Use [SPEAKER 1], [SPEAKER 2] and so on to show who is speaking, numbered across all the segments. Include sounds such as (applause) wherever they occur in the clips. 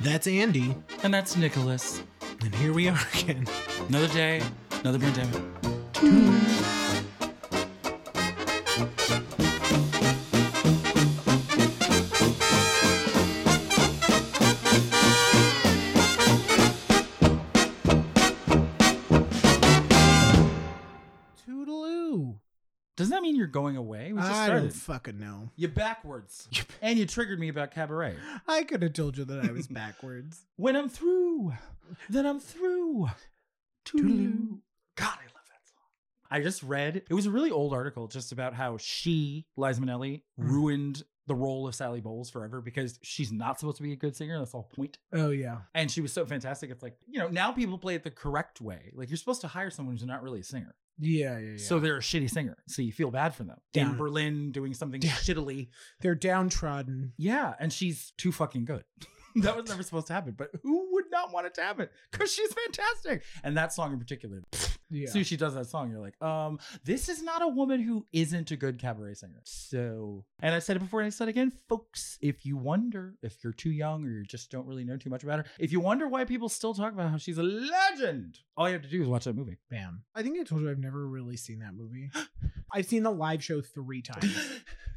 [SPEAKER 1] That's Andy,
[SPEAKER 2] And that's Nicholas.
[SPEAKER 1] and here we are (laughs) again.
[SPEAKER 2] Another day, another pandemic.
[SPEAKER 1] Toodaloo.
[SPEAKER 2] Does that mean you're going away? We just
[SPEAKER 1] I
[SPEAKER 2] started.
[SPEAKER 1] don't fucking know.
[SPEAKER 2] you backwards. and (laughs) you triggered me about cabaret.
[SPEAKER 1] I could have told you that I (laughs) was backwards.
[SPEAKER 2] When I'm through, then I'm through. Toodaloo.
[SPEAKER 1] Toodaloo.
[SPEAKER 2] God, I love that song. I just read, it was a really old article just about how she, Liza Minnelli,
[SPEAKER 1] Mm.
[SPEAKER 2] ruined the role of Sally Bowles forever because she's not supposed to be a good singer. That's the whole point.
[SPEAKER 1] Oh yeah.
[SPEAKER 2] And she was so fantastic. It's like, you know, now people play it the correct way. Like you're supposed to hire someone who's not really a singer.
[SPEAKER 1] Yeah, yeah, yeah.
[SPEAKER 2] So they're a shitty singer. So you feel bad for them. In
[SPEAKER 1] Down.
[SPEAKER 2] Berlin doing something
[SPEAKER 1] Down.
[SPEAKER 2] shittily.
[SPEAKER 1] they're downtrodden.
[SPEAKER 2] Yeah. And she's too fucking good. (laughs) that was never supposed to happen. But who would not want it to happen? Because she's fantastic. And that song in particular.
[SPEAKER 1] Yeah.
[SPEAKER 2] As soon as she does that song, you're like, um, this is not a woman who isn't a good cabaret singer. So, and I said it before and I said it again, folks, if you wonder, if you're too young or you just don't really know too much about her, if you wonder why people still talk about how she's a legend, all you have to do is watch that movie.
[SPEAKER 1] Bam. I think I told you I've never really seen that (gasps) movie. I've seen the live show three (laughs) times.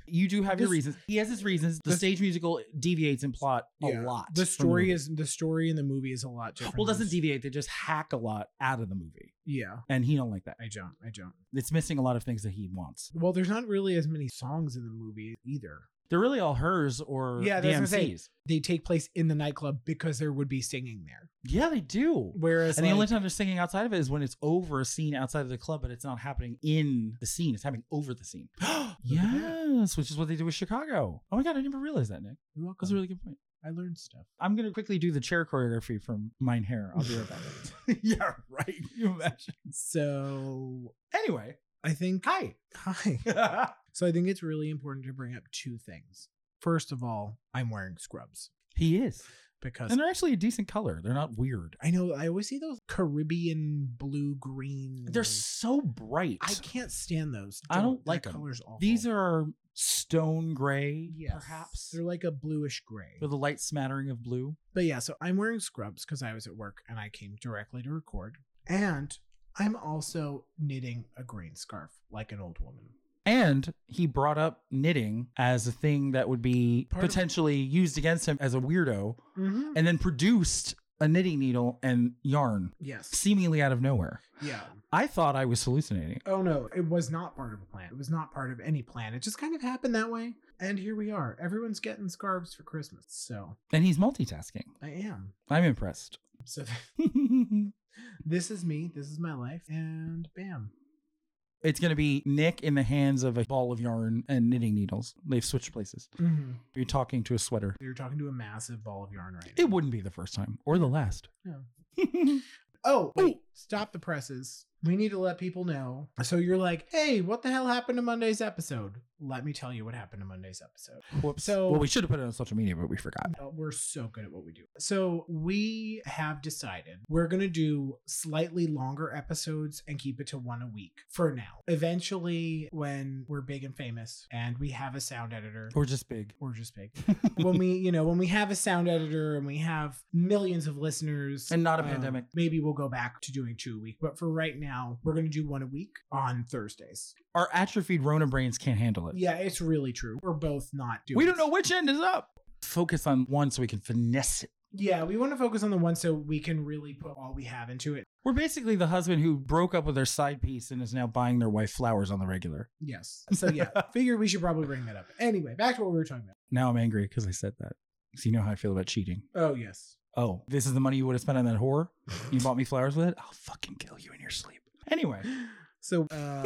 [SPEAKER 2] You do have your
[SPEAKER 1] This-
[SPEAKER 2] reasons. He has his reasons. The
[SPEAKER 1] this-
[SPEAKER 2] stage musical deviates in plot a
[SPEAKER 1] Yeah.
[SPEAKER 2] lot.
[SPEAKER 1] The
[SPEAKER 2] from
[SPEAKER 1] story
[SPEAKER 2] movie.
[SPEAKER 1] is the story in the movie is a lot different.
[SPEAKER 2] well, it
[SPEAKER 1] than
[SPEAKER 2] doesn't
[SPEAKER 1] s-
[SPEAKER 2] deviate. They just hack a lot out of the movie,
[SPEAKER 1] Yeah.
[SPEAKER 2] and he don't like that.
[SPEAKER 1] I don't. I don't.
[SPEAKER 2] It's missing a lot of things that he wants.
[SPEAKER 1] Well, there's not really as many songs in the movie either.
[SPEAKER 2] They're really all hers or
[SPEAKER 1] Yeah,
[SPEAKER 2] the
[SPEAKER 1] that's what I'm saying.
[SPEAKER 2] MCs.
[SPEAKER 1] They take place in the nightclub because there would be singing there.
[SPEAKER 2] Yeah, they do.
[SPEAKER 1] Whereas
[SPEAKER 2] And the
[SPEAKER 1] like-
[SPEAKER 2] only time they're singing outside of it is when it's over a scene outside of the club, but it's not happening in the scene. It's happening over
[SPEAKER 1] (gasps)
[SPEAKER 2] the scene. (gasps) yes, which is what they do with Chicago. Oh my God, I never realized that, Nick.
[SPEAKER 1] You're
[SPEAKER 2] That's
[SPEAKER 1] welcome.
[SPEAKER 2] a really good point.
[SPEAKER 1] I learned stuff.
[SPEAKER 2] I'm going to quickly do the chair choreography from Mine Hair. I'll be right back. (laughs) yeah, right. Can You imagine.
[SPEAKER 1] So
[SPEAKER 2] Anyway, (laughs)
[SPEAKER 1] I think
[SPEAKER 2] hi.
[SPEAKER 1] (laughs) hi. So I think it's really important to bring up two things. First of all, I'm wearing scrubs
[SPEAKER 2] he is.
[SPEAKER 1] because
[SPEAKER 2] And they're actually a decent color. They're not weird.
[SPEAKER 1] I know I always see those Caribbean blue green.
[SPEAKER 2] They're so bright.
[SPEAKER 1] I can't stand those.
[SPEAKER 2] I don't
[SPEAKER 1] That
[SPEAKER 2] like 'em.
[SPEAKER 1] colors. Awful.
[SPEAKER 2] These are stone gray,
[SPEAKER 1] yes,
[SPEAKER 2] perhaps,
[SPEAKER 1] they're like a bluish gray.
[SPEAKER 2] with a light smattering of blue.
[SPEAKER 1] But yeah, so I'm wearing scrubs because I was at work and I came directly to record, and I'm also knitting a green scarf like an old woman.
[SPEAKER 2] And he brought up knitting as a thing that would be
[SPEAKER 1] Part of-
[SPEAKER 2] potentially used against him as a weirdo,
[SPEAKER 1] Mm-hmm.
[SPEAKER 2] and then produced a knitting needle and yarn
[SPEAKER 1] Yes.
[SPEAKER 2] seemingly out of nowhere.
[SPEAKER 1] Yeah.
[SPEAKER 2] I thought I was hallucinating.
[SPEAKER 1] Oh no, it was not part of a plan. It was not part of any plan. It just kind of happened that way. And here we are. Everyone's getting scarves for Christmas. So
[SPEAKER 2] And he's multitasking.
[SPEAKER 1] I am.
[SPEAKER 2] I'm impressed.
[SPEAKER 1] So (laughs)
[SPEAKER 2] it's
[SPEAKER 1] this is me. This is my life. And bam.
[SPEAKER 2] going to be Nick in the hands of a ball of yarn and knitting needles. They've switched places. You're talking to a sweater.
[SPEAKER 1] Mm-hmm. You're talking to a massive ball of yarn right now.
[SPEAKER 2] It wouldn't be the first time or the last.
[SPEAKER 1] Yeah. Oh, wait. Stop the presses. We need to let people know. So you're like, hey, what the hell happened to Monday's episode? Let me tell you what happened to Monday's episode.
[SPEAKER 2] Whoops.
[SPEAKER 1] So-
[SPEAKER 2] well, we should have put it on social media, but we forgot.
[SPEAKER 1] Uh, We're so good at what we do. So we have decided we're going to do slightly longer episodes and keep it to one a week for now. Eventually, when we're big and famous and we have a sound editor,
[SPEAKER 2] We're just big.
[SPEAKER 1] we're just
[SPEAKER 2] (laughs)
[SPEAKER 1] big. when we, you know, when we have a sound editor and we have millions of listeners
[SPEAKER 2] And not a
[SPEAKER 1] um,
[SPEAKER 2] pandemic.
[SPEAKER 1] maybe we'll go back to doing two a week. But for right now, we're going to do one a week on Thursdays.
[SPEAKER 2] Our atrophied Rona brains can't handle it.
[SPEAKER 1] Yeah, it's really true. We're both not doing
[SPEAKER 2] we don't
[SPEAKER 1] it.
[SPEAKER 2] know which end is up. Focus on one so we can finesse it.
[SPEAKER 1] Yeah, we want to focus on the one so we can really put all we have into it.
[SPEAKER 2] We're basically the husband who broke up with their side piece and is now buying their wife flowers on the regular.
[SPEAKER 1] Yes. So
[SPEAKER 2] (laughs)
[SPEAKER 1] yeah, figure we should probably bring that up. Anyway, back to what we were talking about.
[SPEAKER 2] Now I'm angry because I said that. Because you know how I feel about cheating.
[SPEAKER 1] Oh yes.
[SPEAKER 2] Oh, this is the money you would have spent on that whore? You bought me flowers with it? I'll fucking kill you in your sleep. Anyway,
[SPEAKER 1] So
[SPEAKER 2] (laughs)
[SPEAKER 1] uh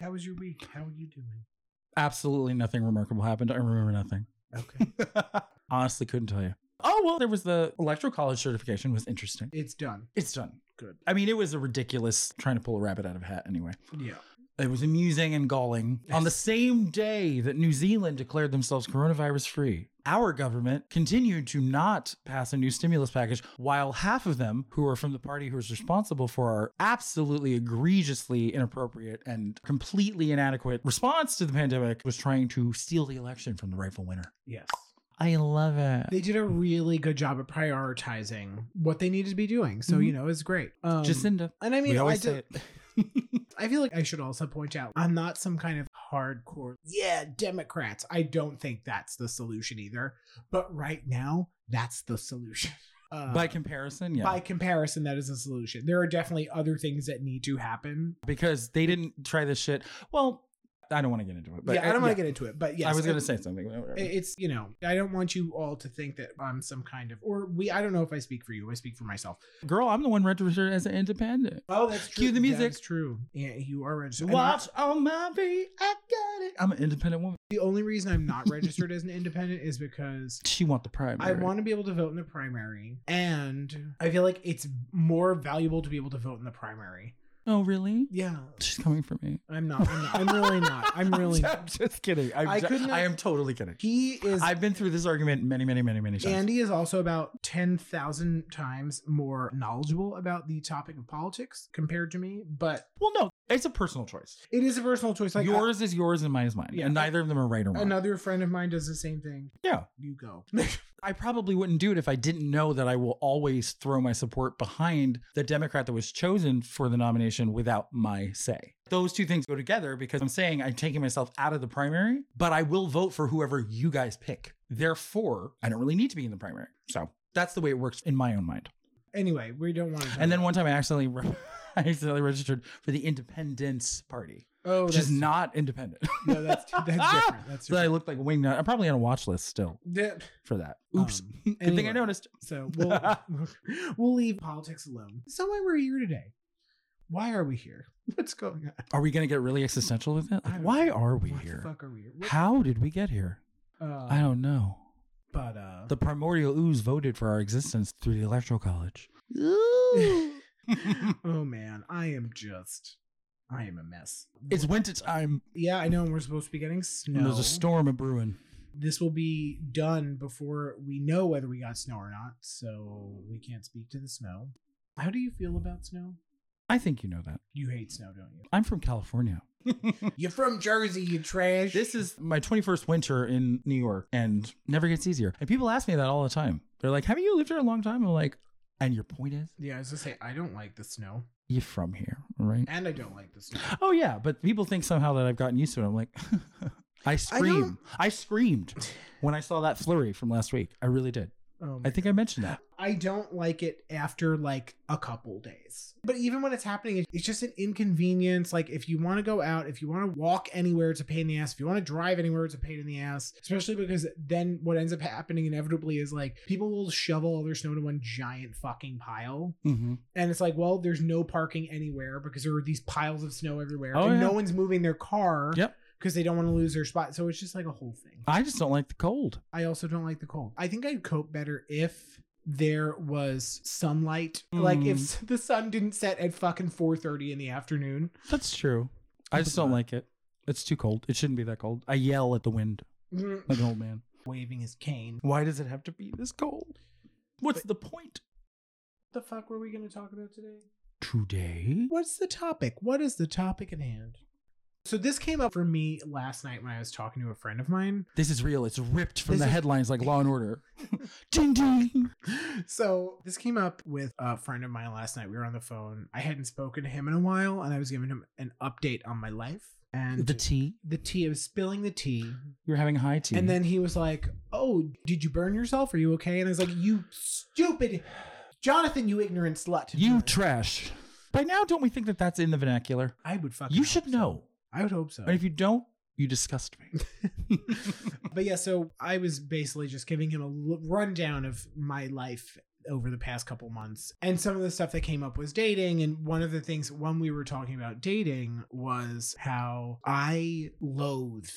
[SPEAKER 1] how was your week? How are you doing?
[SPEAKER 2] absolutely nothing remarkable happened. I remember nothing.
[SPEAKER 1] Okay.
[SPEAKER 2] (laughs) Honestly, couldn't tell you. Oh, well, there was the electoral college certification was interesting.
[SPEAKER 1] It's done.
[SPEAKER 2] It's done.
[SPEAKER 1] Good.
[SPEAKER 2] I mean, it was a ridiculous trying to pull a rabbit out of a hat anyway.
[SPEAKER 1] Yeah.
[SPEAKER 2] It was amusing and galling. On the
[SPEAKER 1] Yes.
[SPEAKER 2] same day that New Zealand declared themselves coronavirus free, our government continued to not pass a new stimulus package while half of them, who are from the party who is responsible for our absolutely egregiously inappropriate and completely inadequate response to the pandemic, was trying to steal the election from the rightful winner.
[SPEAKER 1] Yes.
[SPEAKER 2] I love it.
[SPEAKER 1] They did a really good job of prioritizing what they needed to be doing. So,
[SPEAKER 2] Mhm.
[SPEAKER 1] you know, it's great. Um,
[SPEAKER 2] Jacinda.
[SPEAKER 1] and I mean,
[SPEAKER 2] we
[SPEAKER 1] I
[SPEAKER 2] always
[SPEAKER 1] do,
[SPEAKER 2] say it.
[SPEAKER 1] (laughs) I feel like I should also point out I'm not some kind of hardcore, yeah, Democrats. I don't think that's the solution either. But right now, that's the solution. (laughs) Uh,
[SPEAKER 2] By comparison, yeah.
[SPEAKER 1] by comparison, that is a solution. There are definitely other things that need to happen.
[SPEAKER 2] because they didn't try this shit. Well, I don't want to get into it. But
[SPEAKER 1] uh, yeah, I don't want to get into it, but yes,
[SPEAKER 2] I was going
[SPEAKER 1] it-
[SPEAKER 2] to say something. but whatever.
[SPEAKER 1] it- It's you know I don't want you all to think that I'm some kind of or we I don't know if I speak for you I speak for myself.
[SPEAKER 2] Girl, I'm the one registered as an independent.
[SPEAKER 1] Oh, that's
[SPEAKER 2] Cue the music.
[SPEAKER 1] That's true. Yeah, you are registered. And I-
[SPEAKER 2] Watch on my feet. I got it. I'm an independent woman.
[SPEAKER 1] the only reason I'm not registered as an independent is because
[SPEAKER 2] She want the primary.
[SPEAKER 1] I want to be able to vote in the primary, and I feel like it's more valuable to be able to vote in the primary.
[SPEAKER 2] Oh, really?
[SPEAKER 1] Yeah,
[SPEAKER 2] She's coming for me.
[SPEAKER 1] I'm not. I'm, not, I'm really not. (laughs) I'm really.
[SPEAKER 2] (laughs) I'm
[SPEAKER 1] Not.
[SPEAKER 2] just kidding. I'm
[SPEAKER 1] I
[SPEAKER 2] ju-
[SPEAKER 1] could not-
[SPEAKER 2] I am totally kidding.
[SPEAKER 1] He is.
[SPEAKER 2] I've been through this argument many, many, many, many times.
[SPEAKER 1] Andy is also about 10,000 times more knowledgeable about the topic of politics compared to me, but
[SPEAKER 2] well, no, it's a personal choice.
[SPEAKER 1] it is a personal choice. Like, uh,
[SPEAKER 2] yours is yours and mine is mine.
[SPEAKER 1] Yeah.
[SPEAKER 2] and neither of them are right or
[SPEAKER 1] I-
[SPEAKER 2] wrong.
[SPEAKER 1] another friend of mine does the same thing.
[SPEAKER 2] Yeah.
[SPEAKER 1] You go. (laughs)
[SPEAKER 2] I probably wouldn't do it if I didn't know that I will always throw my support behind the Democrat that was chosen for the nomination without my say. Those two things go together because I'm saying I'm taking myself out of the primary, but I will vote for whoever you guys pick. Therefore, I don't really need to be in the primary. So that's the way it works in my own mind.
[SPEAKER 1] anyway, we don't want to.
[SPEAKER 2] And then one time I accidentally, re- (laughs) I accidentally registered for the Independence Party,
[SPEAKER 1] Oh,
[SPEAKER 2] which
[SPEAKER 1] that's,
[SPEAKER 2] is not independent. (laughs)
[SPEAKER 1] No, that's, that's different. That's
[SPEAKER 2] so I
[SPEAKER 1] different.
[SPEAKER 2] looked like a wingnut. I'm probably on a watch list still
[SPEAKER 1] That-
[SPEAKER 2] for that. Oops.
[SPEAKER 1] Um,
[SPEAKER 2] (laughs) Good thing
[SPEAKER 1] anyway.
[SPEAKER 2] I noticed.
[SPEAKER 1] so
[SPEAKER 2] (laughs)
[SPEAKER 1] we'll, (laughs) we'll leave politics alone. So why we're here today. Why are we here? (laughs) What's going on?
[SPEAKER 2] Are we going to get really existential with it?
[SPEAKER 1] I don't
[SPEAKER 2] Why are we
[SPEAKER 1] Why
[SPEAKER 2] here?
[SPEAKER 1] the fuck are we here? What-
[SPEAKER 2] How did we get here?
[SPEAKER 1] uh,
[SPEAKER 2] I don't know.
[SPEAKER 1] but uh,
[SPEAKER 2] The primordial ooze voted for our existence through the electoral college.
[SPEAKER 1] (laughs) oh man, I am just, I am a mess.
[SPEAKER 2] (laughs) it's winter time.
[SPEAKER 1] Yeah, I know. And we're supposed to be getting snow.
[SPEAKER 2] And there's a storm a brewing.
[SPEAKER 1] This will be done before we know whether we got snow or not. So we can't speak to the snow. How do you feel about snow?
[SPEAKER 2] I think you know that.
[SPEAKER 1] You hate snow, don't
[SPEAKER 2] (laughs)
[SPEAKER 1] you?
[SPEAKER 2] I'm from California.
[SPEAKER 1] You're from Jersey, you trash.
[SPEAKER 2] This is my 21st winter in New York and never gets easier. And people ask me that all the time. They're like, haven't you lived here a long time? I'm like, and your point is,
[SPEAKER 1] Yeah, I was gonna say I don't like the snow,
[SPEAKER 2] you're from here, right?
[SPEAKER 1] and I don't like the snow.
[SPEAKER 2] Oh yeah, but people think somehow that I've gotten used to it. I'm like, (laughs) I scream. I, screamed when I saw that flurry from last week. I really did.
[SPEAKER 1] Um,
[SPEAKER 2] I think I mentioned that.
[SPEAKER 1] I don't like it after like a couple days. But even when it's happening, it- it's just an inconvenience. Like if you want to go out, if you want to walk anywhere, it's a pain in the ass. If you want to drive anywhere, it's a pain in the ass. Especially because then what ends up happening inevitably is like people will shovel all their snow to one giant fucking pile.
[SPEAKER 2] Mm-hmm.
[SPEAKER 1] And it's like, well, there's no parking anywhere because there are these piles of snow everywhere.
[SPEAKER 2] Oh,
[SPEAKER 1] and
[SPEAKER 2] yeah.
[SPEAKER 1] no one's moving their car.
[SPEAKER 2] Yep.
[SPEAKER 1] Because they don't want to lose their spot. So it's just like a whole thing.
[SPEAKER 2] I just don't like the cold.
[SPEAKER 1] I also don't like the cold. I think I'd cope better if there was sunlight.
[SPEAKER 2] Mm.
[SPEAKER 1] Like if s- (laughs) the sun didn't set at fucking 4:30 in the afternoon.
[SPEAKER 2] That's true. I just don't like it. It's too cold. It shouldn't be that cold. I yell at the wind
[SPEAKER 1] Mm.
[SPEAKER 2] like an old man.
[SPEAKER 1] Waving his cane.
[SPEAKER 2] Why does it have to be this cold? What's the point?
[SPEAKER 1] What the fuck were we going to talk about today?
[SPEAKER 2] Today?
[SPEAKER 1] What's the topic? What is the topic at hand? So this came up for me last night when I was talking to a friend of mine.
[SPEAKER 2] This is real. It's ripped from
[SPEAKER 1] This
[SPEAKER 2] the
[SPEAKER 1] is-
[SPEAKER 2] headlines like Law and Order. (laughs) ding ding.
[SPEAKER 1] So this came up with a friend of mine last night. We were on the phone. I hadn't spoken to him in a while and I was giving him an update on my life and
[SPEAKER 2] The tea.
[SPEAKER 1] the tea I was spilling the tea
[SPEAKER 2] You're having high tea.
[SPEAKER 1] And then he was like, "Oh, did you burn yourself? Are you okay?" And I was like, "You stupid, Jonathan, you ignorant slut!
[SPEAKER 2] (laughs) You trash. By now, don't we think that that's in the vernacular?
[SPEAKER 1] I would fucking.
[SPEAKER 2] You
[SPEAKER 1] hope
[SPEAKER 2] should
[SPEAKER 1] so.
[SPEAKER 2] know.
[SPEAKER 1] I would hope so.
[SPEAKER 2] And if you don't, you disgust me.
[SPEAKER 1] (laughs) but yeah, so I was basically just giving him a l- rundown of my life over the past couple months. And some of the stuff that came up was dating. And one of the things, when we were talking about dating, was how I loathe,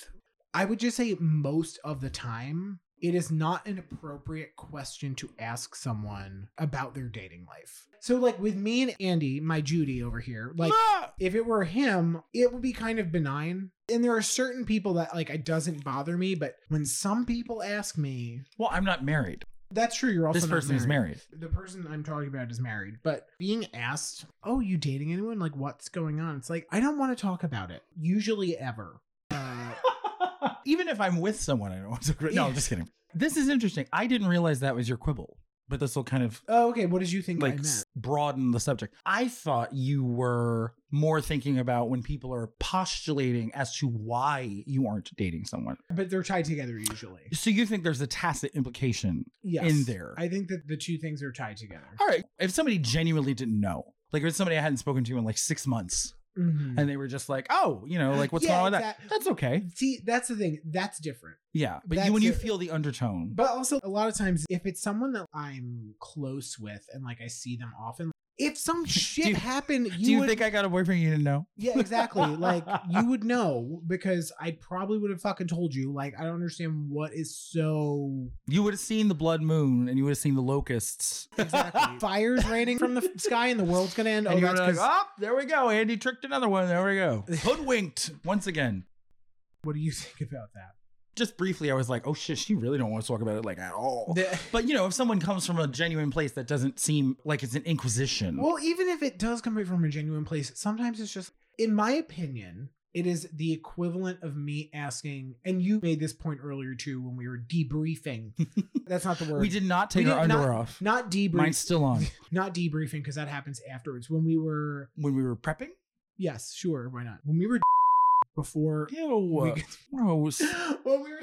[SPEAKER 1] I would just say most of the time, it is not an appropriate question to ask someone about their dating life. So, like with me and Andy, my Judy over here, (laughs) like
[SPEAKER 2] Ah!
[SPEAKER 1] if it were him, it would be kind of benign. And there are certain people that like it doesn't bother me, but when some people ask me,
[SPEAKER 2] well, I'm not married.
[SPEAKER 1] that's true. You're also
[SPEAKER 2] this
[SPEAKER 1] not
[SPEAKER 2] person is married.
[SPEAKER 1] The person I'm talking about is married, but being asked, "Oh, you dating anyone? Like, what's going on?" It's like I don't want to talk about it. Usually, ever. Uh,
[SPEAKER 2] Even if I'm with someone, I don't (laughs) want to. cri- No, I'm just kidding. This is interesting. I didn't realize that was your quibble, but this will kind of
[SPEAKER 1] Oh, okay. What did you think I
[SPEAKER 2] like
[SPEAKER 1] meant?
[SPEAKER 2] s- broaden the subject. I thought you were more thinking about when people are postulating as to why you aren't dating someone.
[SPEAKER 1] But they're tied together usually.
[SPEAKER 2] So you think there's a tacit implication.
[SPEAKER 1] Yes.
[SPEAKER 2] in there.
[SPEAKER 1] I think that the two things are tied together.
[SPEAKER 2] All right, if somebody genuinely didn't know, like if it's somebody I hadn't spoken to in like six months,
[SPEAKER 1] Mhm.
[SPEAKER 2] and they were just like, "Oh, you know, like what's
[SPEAKER 1] Yeah,
[SPEAKER 2] going on with
[SPEAKER 1] exact-
[SPEAKER 2] that?" That's okay.
[SPEAKER 1] See, that's the thing. That's different.
[SPEAKER 2] Yeah, but
[SPEAKER 1] That's
[SPEAKER 2] you when you
[SPEAKER 1] it.
[SPEAKER 2] feel the undertone,
[SPEAKER 1] But also, a lot of times, if it's someone that I'm close with and like I see them often, if
[SPEAKER 2] (laughs)
[SPEAKER 1] some shit
[SPEAKER 2] you-
[SPEAKER 1] happened, you,
[SPEAKER 2] do you
[SPEAKER 1] would,
[SPEAKER 2] think I got a boyfriend you didn't know?
[SPEAKER 1] yeah,
[SPEAKER 2] (laughs)
[SPEAKER 1] exactly. like you would know because I probably would have fucking told you. Like I don't understand what is
[SPEAKER 2] (laughs)
[SPEAKER 1] so
[SPEAKER 2] You would have seen the blood moon, and you would have seen the locusts.
[SPEAKER 1] exactly fires raining from the f- sky and the world's gonna end.
[SPEAKER 2] and
[SPEAKER 1] oh,
[SPEAKER 2] you were
[SPEAKER 1] that's
[SPEAKER 2] like,
[SPEAKER 1] 'cause-
[SPEAKER 2] oh, there we go. Andy tricked another one. There we
[SPEAKER 1] (laughs)
[SPEAKER 2] go. Hoodwinked once again. "Ah!"
[SPEAKER 1] what do you think about that?
[SPEAKER 2] Just briefly, I was like, oh shit, she really don't want to talk about it like at all.
[SPEAKER 1] The-
[SPEAKER 2] But you know, if someone comes from a genuine place that doesn't seem like it's an inquisition,
[SPEAKER 1] Well, even if it does come from a genuine place, sometimes it's just, in my opinion, it is the equivalent of me asking, and you made this point earlier too when we were
[SPEAKER 2] (laughs)
[SPEAKER 1] debriefing. That's not the word.
[SPEAKER 2] we did not take
[SPEAKER 1] We
[SPEAKER 2] our
[SPEAKER 1] did not-
[SPEAKER 2] underwear off.
[SPEAKER 1] not debrief,
[SPEAKER 2] Mine's still
[SPEAKER 1] (laughs)
[SPEAKER 2] on.
[SPEAKER 1] not debriefing because that happens afterwards. When we were,
[SPEAKER 2] when we were prepping?
[SPEAKER 1] yes, sure, why not? When we
[SPEAKER 2] (laughs)
[SPEAKER 1] were before,
[SPEAKER 2] Ew.
[SPEAKER 1] we-
[SPEAKER 2] Gross.
[SPEAKER 1] (laughs) when we were,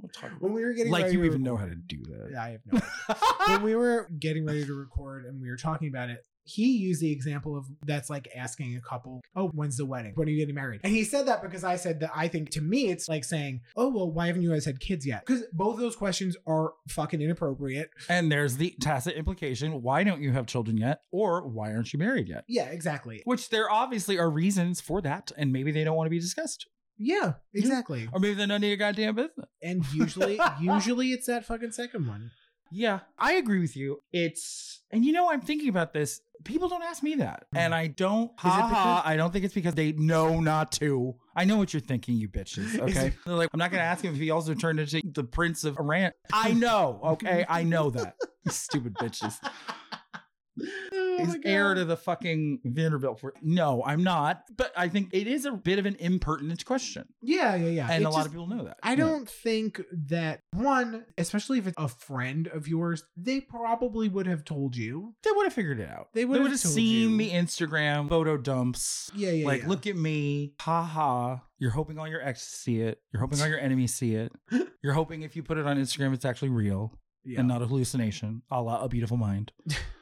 [SPEAKER 2] We'll talk about
[SPEAKER 1] when we were
[SPEAKER 2] it.
[SPEAKER 1] getting
[SPEAKER 2] like
[SPEAKER 1] ready
[SPEAKER 2] you
[SPEAKER 1] to
[SPEAKER 2] even know
[SPEAKER 1] record-
[SPEAKER 2] how to do that.
[SPEAKER 1] I have no when we were getting ready to record and we were talking about it, he used the example of that's like asking a couple, Oh, when's the wedding? When are you getting married? And he said that because I said that I think to me, it's like saying, Oh, well, why haven't you guys had kids yet? Because both of those questions are fucking inappropriate.
[SPEAKER 2] and there's the tacit implication why don't you have children yet? Or why aren't you married yet?
[SPEAKER 1] Yeah, exactly.
[SPEAKER 2] Which there obviously are reasons for that, and maybe they don't want to be discussed.
[SPEAKER 1] Yeah, exactly.
[SPEAKER 2] Or maybe they're none of your goddamn business.
[SPEAKER 1] And usually, usually it's that fucking second one.
[SPEAKER 2] Yeah, I agree with you. It's, and you know, I'm thinking about this. People don't ask me that.
[SPEAKER 1] Hmm.
[SPEAKER 2] And I don't,
[SPEAKER 1] it
[SPEAKER 2] ha ha,
[SPEAKER 1] because-
[SPEAKER 2] I don't think it's because they know not to. I know what you're thinking, you bitches. (laughs)
[SPEAKER 1] Is
[SPEAKER 2] Okay.
[SPEAKER 1] it-
[SPEAKER 2] They're like, I'm not going to ask him if he also turned into the Prince of Iran. I know. Okay. I know that. (laughs) You Stupid bitches.
[SPEAKER 1] (laughs) Oh
[SPEAKER 2] He's
[SPEAKER 1] my God.
[SPEAKER 2] heir to the fucking Vanderbilt. For- no, I'm not. But I think it is a bit of an impertinent question.
[SPEAKER 1] Yeah, yeah, yeah.
[SPEAKER 2] and
[SPEAKER 1] It
[SPEAKER 2] a lot
[SPEAKER 1] just-
[SPEAKER 2] of people know that.
[SPEAKER 1] I
[SPEAKER 2] Yeah.
[SPEAKER 1] don't think that one, especially if it's a friend of yours, they probably would have told you.
[SPEAKER 2] They would have figured it out.
[SPEAKER 1] They
[SPEAKER 2] They
[SPEAKER 1] would
[SPEAKER 2] would
[SPEAKER 1] have
[SPEAKER 2] have
[SPEAKER 1] told
[SPEAKER 2] seen
[SPEAKER 1] you.
[SPEAKER 2] the Instagram photo dumps.
[SPEAKER 1] Yeah, yeah.
[SPEAKER 2] like,
[SPEAKER 1] yeah.
[SPEAKER 2] look at me. Ha ha. You're hoping all your exes see it. You're hoping all your enemies
[SPEAKER 1] (laughs)
[SPEAKER 2] see it. You're hoping if you put it on Instagram, it's actually real
[SPEAKER 1] Yeah.
[SPEAKER 2] and not a hallucination, a la A Beautiful Mind.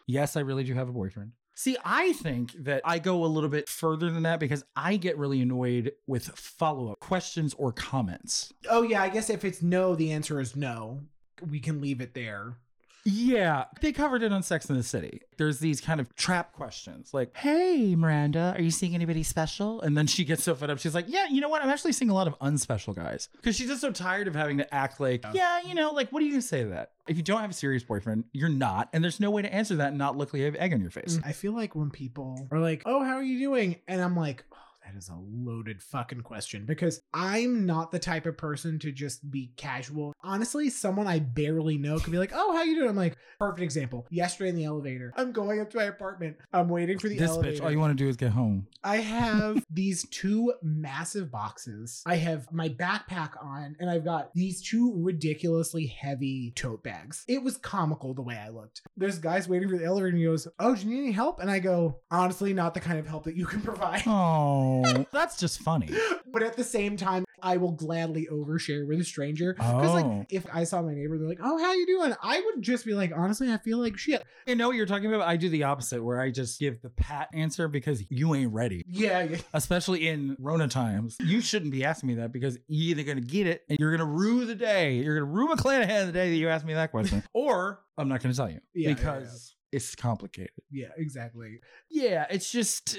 [SPEAKER 2] yes, I really do have a boyfriend. See, I think that I go a little bit further than that because I get really annoyed with follow up questions or comments.
[SPEAKER 1] oh yeah, I guess if it's no, the answer is no. We can leave it there.
[SPEAKER 2] Yeah, they covered it on Sex in the City. There's these kind of trap questions like, Hey, Miranda, are you seeing anybody special? And then she gets so fed up. She's like, Yeah, you know what? I'm actually seeing a lot of unspecial guys. Because she's just so tired of having to act like, Yeah, you know, like, what do you say to that? If you don't have a serious boyfriend, you're not. And there's no way to answer that and not look like you have egg on your face.
[SPEAKER 1] I feel like when people are like, "Oh, how are you doing?" and I'm like, oh, "That is a loaded fucking question," because I'm not the type of person to just be casual. Honestly, someone I barely know could be like, "Oh, how you doing?" I'm like, perfect example. Yesterday in the elevator, I'm going up to my apartment. I'm waiting for the
[SPEAKER 2] This
[SPEAKER 1] elevator.
[SPEAKER 2] bitch, all you want to do is get home.
[SPEAKER 1] I have these two massive boxes. I have my backpack on, and I've got these two ridiculously heavy tote bags. It was comical the way I looked. There's guys waiting for the elevator, and he goes, "Oh, do you need any help?" And I go, "Honestly, not the kind of help that you can (laughs) provide."
[SPEAKER 2] Oh, (laughs) that's just funny.
[SPEAKER 1] But at the same time, I will gladly overshare with a stranger because,
[SPEAKER 2] Oh.
[SPEAKER 1] like, if I saw my neighbor, they're like, "Oh, how you doing?" I would just be like, "Honestly, I feel like shit."
[SPEAKER 2] You know what you're talking about? I do the opposite where I just give the pat answer because you ain't ready.
[SPEAKER 1] Yeah, (laughs) yeah.
[SPEAKER 2] especially in Rona times. You shouldn't be asking me that because you're either going to get it and you're going to rue the day. You're going to rue McClanahan the day that you asked me that (laughs) question, or I'm not going to tell you
[SPEAKER 1] Yeah, yeah,
[SPEAKER 2] because it's complicated.
[SPEAKER 1] yeah, exactly.
[SPEAKER 2] Yeah, it's just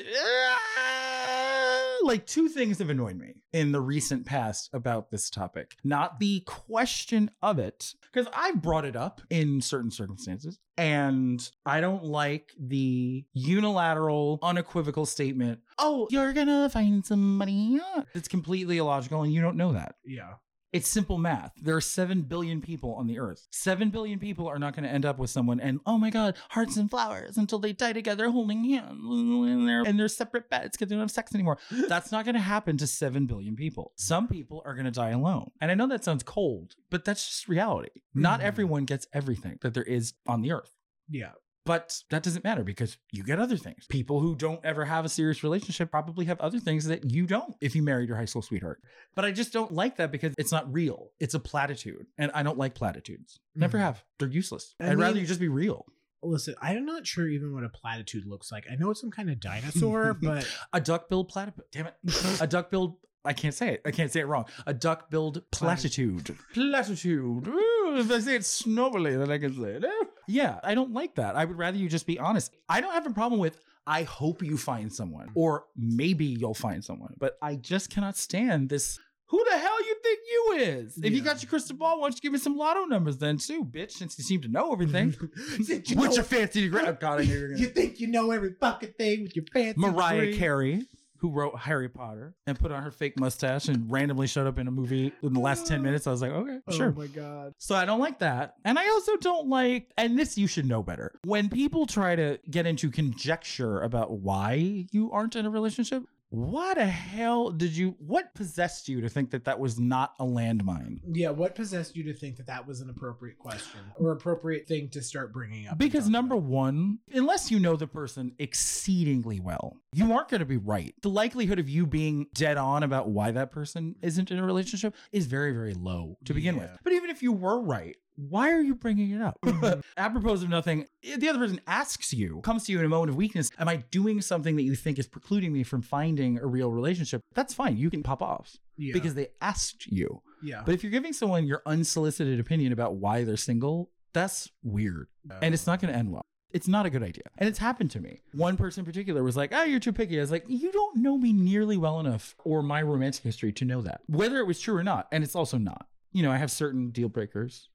[SPEAKER 2] uh, like two things have annoyed me in the recent past about this topic. Not the question of it, because I've brought it up in certain circumstances, and I don't like the unilateral, unequivocal statement, oh, you're gonna find somebody. It's completely illogical, and you don't know that.
[SPEAKER 1] Yeah,
[SPEAKER 2] It's simple math. There are 7 billion people on the earth. 7 billion people are not going to end up with someone and, oh my God, hearts and flowers until they die together holding hands and they're, and they're separate beds because they don't have sex anymore. That's not going to happen to 7 billion people. Some people are going to die alone. And I know that sounds cold, but that's just reality. Not
[SPEAKER 1] Mhm.
[SPEAKER 2] everyone gets everything that there is on the earth.
[SPEAKER 1] Yeah.
[SPEAKER 2] But that doesn't matter because you get other things. People who don't ever have a serious relationship probably have other things that you don't if you married your high school sweetheart. But I just don't like that because it's not real. It's a platitude. And I don't like platitudes. Never
[SPEAKER 1] Mhm.
[SPEAKER 2] have. They're useless.
[SPEAKER 1] I
[SPEAKER 2] I would rather
[SPEAKER 1] mean-
[SPEAKER 2] you just be real.
[SPEAKER 1] Listen, I'm not sure even what a platitude looks like. I know it's some kind of
[SPEAKER 2] (laughs)
[SPEAKER 1] dinosaur, but
[SPEAKER 2] A duck billed platypus. Damn it. a duck billed. I can't say it. I can't say it wrong. A duck billed platitude. Platitude. Ooh, if I say it snobily, then I can say it. Eh. Yeah, I don't like that. I would rather you just be honest. I don't have a problem with. I hope you find someone, or maybe you'll find someone. But I just cannot stand this. Who the hell you think you is? If you
[SPEAKER 1] Yeah.
[SPEAKER 2] got your crystal ball, why don't you give me some lotto numbers then too, bitch? Since you seem to know everything.
[SPEAKER 1] Since (laughs) you
[SPEAKER 2] (laughs) What's
[SPEAKER 1] know-
[SPEAKER 2] your fancy? (laughs) Oh, God, I knew
[SPEAKER 1] (laughs)
[SPEAKER 2] you were gonna-
[SPEAKER 1] you think you know every fucking thing with your fancy
[SPEAKER 2] Mariah
[SPEAKER 1] brain.
[SPEAKER 2] Carey, who wrote Harry Potter and put on her fake mustache and randomly showed up in a movie in the last 10 minutes. I was like, okay,
[SPEAKER 1] Oh
[SPEAKER 2] sure.
[SPEAKER 1] my god.
[SPEAKER 2] So I don't like that. And I also don't like, and this you should know better. When people try to get into conjecture about why you aren't in a relationship, what the hell did you, what possessed you to think that that was not a landmine?
[SPEAKER 1] Yeah, what possessed you to think that that was an appropriate question or appropriate thing to start bringing up? and
[SPEAKER 2] Because
[SPEAKER 1] talking (laughs)
[SPEAKER 2] number
[SPEAKER 1] about?
[SPEAKER 2] one, unless you know the person exceedingly well, you aren't going to be right. The likelihood of you being dead on about why that person isn't in a relationship is very, very low to begin with.
[SPEAKER 1] Yeah.
[SPEAKER 2] But even if you were right, why are you bringing
[SPEAKER 1] (laughs)
[SPEAKER 2] it up?
[SPEAKER 1] Mhm.
[SPEAKER 2] Apropos of nothing, if the other person asks you, comes to you in a moment of weakness, am I doing something that you think is precluding me from finding a real relationship? That's fine. You can pop off
[SPEAKER 1] yeah,
[SPEAKER 2] because they asked you.
[SPEAKER 1] yeah,
[SPEAKER 2] But if you're giving someone your unsolicited opinion about why they're single, that's weird and it's not going to end well. It's not a good idea. And it's happened to me. One person in particular was like, oh, you're too picky. I was like, you don't know me nearly well enough or my romantic history to know that, whether it was true or not. And it's also not. You know, I have certain deal breakers.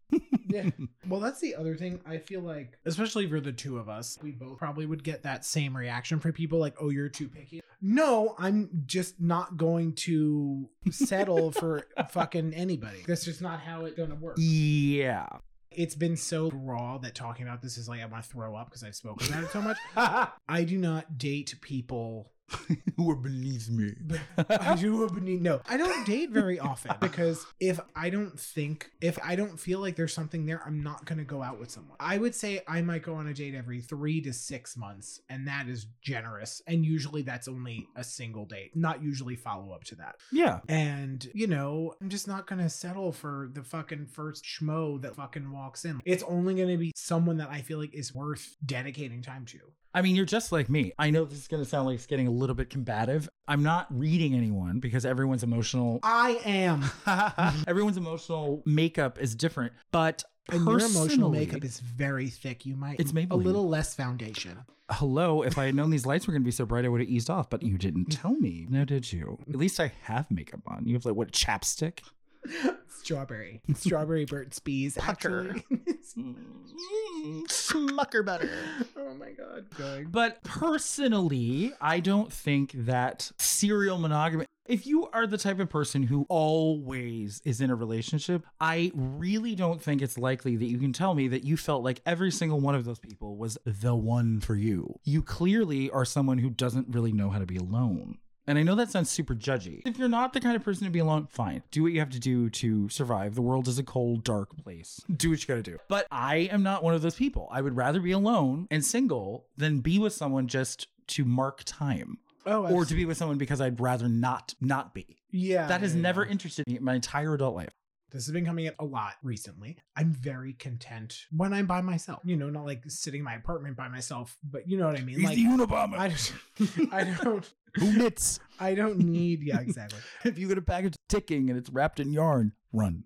[SPEAKER 1] Yeah. Well, that's the other thing. I feel like, especially for the two of us, we both probably would get that same reaction from people like, oh, you're too picky. No, I'm just not going to settle for fucking anybody. That's just not how it's going to work.
[SPEAKER 2] Yeah.
[SPEAKER 1] It's been so raw that talking about this is like, I want to throw up because I've spoken about it so much. I do not date people.
[SPEAKER 2] Who believes me?
[SPEAKER 1] I (laughs) do no. I don't date very often because if I don't think, if I don't feel like there's something there, I'm not gonna go out with someone. I would say I might go on a date every three to six months, and that is generous. And usually that's only a single date, not usually follow up to that.
[SPEAKER 2] (laughs) Yeah.
[SPEAKER 1] And you know, I'm just not gonna settle for the fucking first schmo that fucking walks in. It's only gonna be someone that I feel like is worth dedicating time to.
[SPEAKER 2] I mean, you're just like me. I know this is going to sound like it's getting a little bit combative. I'm not reading anyone because
[SPEAKER 1] (laughs)
[SPEAKER 2] everyone's emotional.
[SPEAKER 1] I am.
[SPEAKER 2] everyone's emotional makeup is different, but
[SPEAKER 1] And your emotional
[SPEAKER 2] personally-
[SPEAKER 1] makeup is very thick. You might
[SPEAKER 2] It's
[SPEAKER 1] a
[SPEAKER 2] Maybelline.
[SPEAKER 1] little less foundation.
[SPEAKER 2] Hello, if I had known these lights were going to be so bright, I would have eased off, but you didn't tell me. No, did you? At least I have makeup on. You have like what, chapstick? (laughs)
[SPEAKER 1] Strawberry, strawberry Burt's Bees.
[SPEAKER 2] Pucker.
[SPEAKER 1] actually. (laughs)
[SPEAKER 2] Smucker Mm, butter.
[SPEAKER 1] oh my god. Going.
[SPEAKER 2] But personally, I don't think that serial monogamy. If you are the type of person who always is in a relationship, I really don't think it's likely that you can tell me that you felt like every single one of those people was the one for you. You clearly are someone who doesn't really know how to be alone. And I know that sounds super judgy. If you're not the kind of person to be alone, fine. Do what you have to do to survive. The world is a cold, dark place. Do what you gotta do. But I am not one of those people. I would rather be alone and single than be with someone just to mark time
[SPEAKER 1] Oh,
[SPEAKER 2] or to be with someone because I'd rather not not be.
[SPEAKER 1] yeah.
[SPEAKER 2] That has
[SPEAKER 1] yeah,
[SPEAKER 2] never
[SPEAKER 1] yeah.
[SPEAKER 2] interested me in my entire adult life.
[SPEAKER 1] This has been coming up a lot recently. I'm very content when I'm by myself. You know, not like sitting in my apartment by myself, but you know what I mean. Like
[SPEAKER 2] Unabomber.
[SPEAKER 1] I don't, (laughs) I don't,
[SPEAKER 2] Who knits?
[SPEAKER 1] I don't need. Yeah, exactly.
[SPEAKER 2] If you get a package ticking and it's wrapped in yarn, run.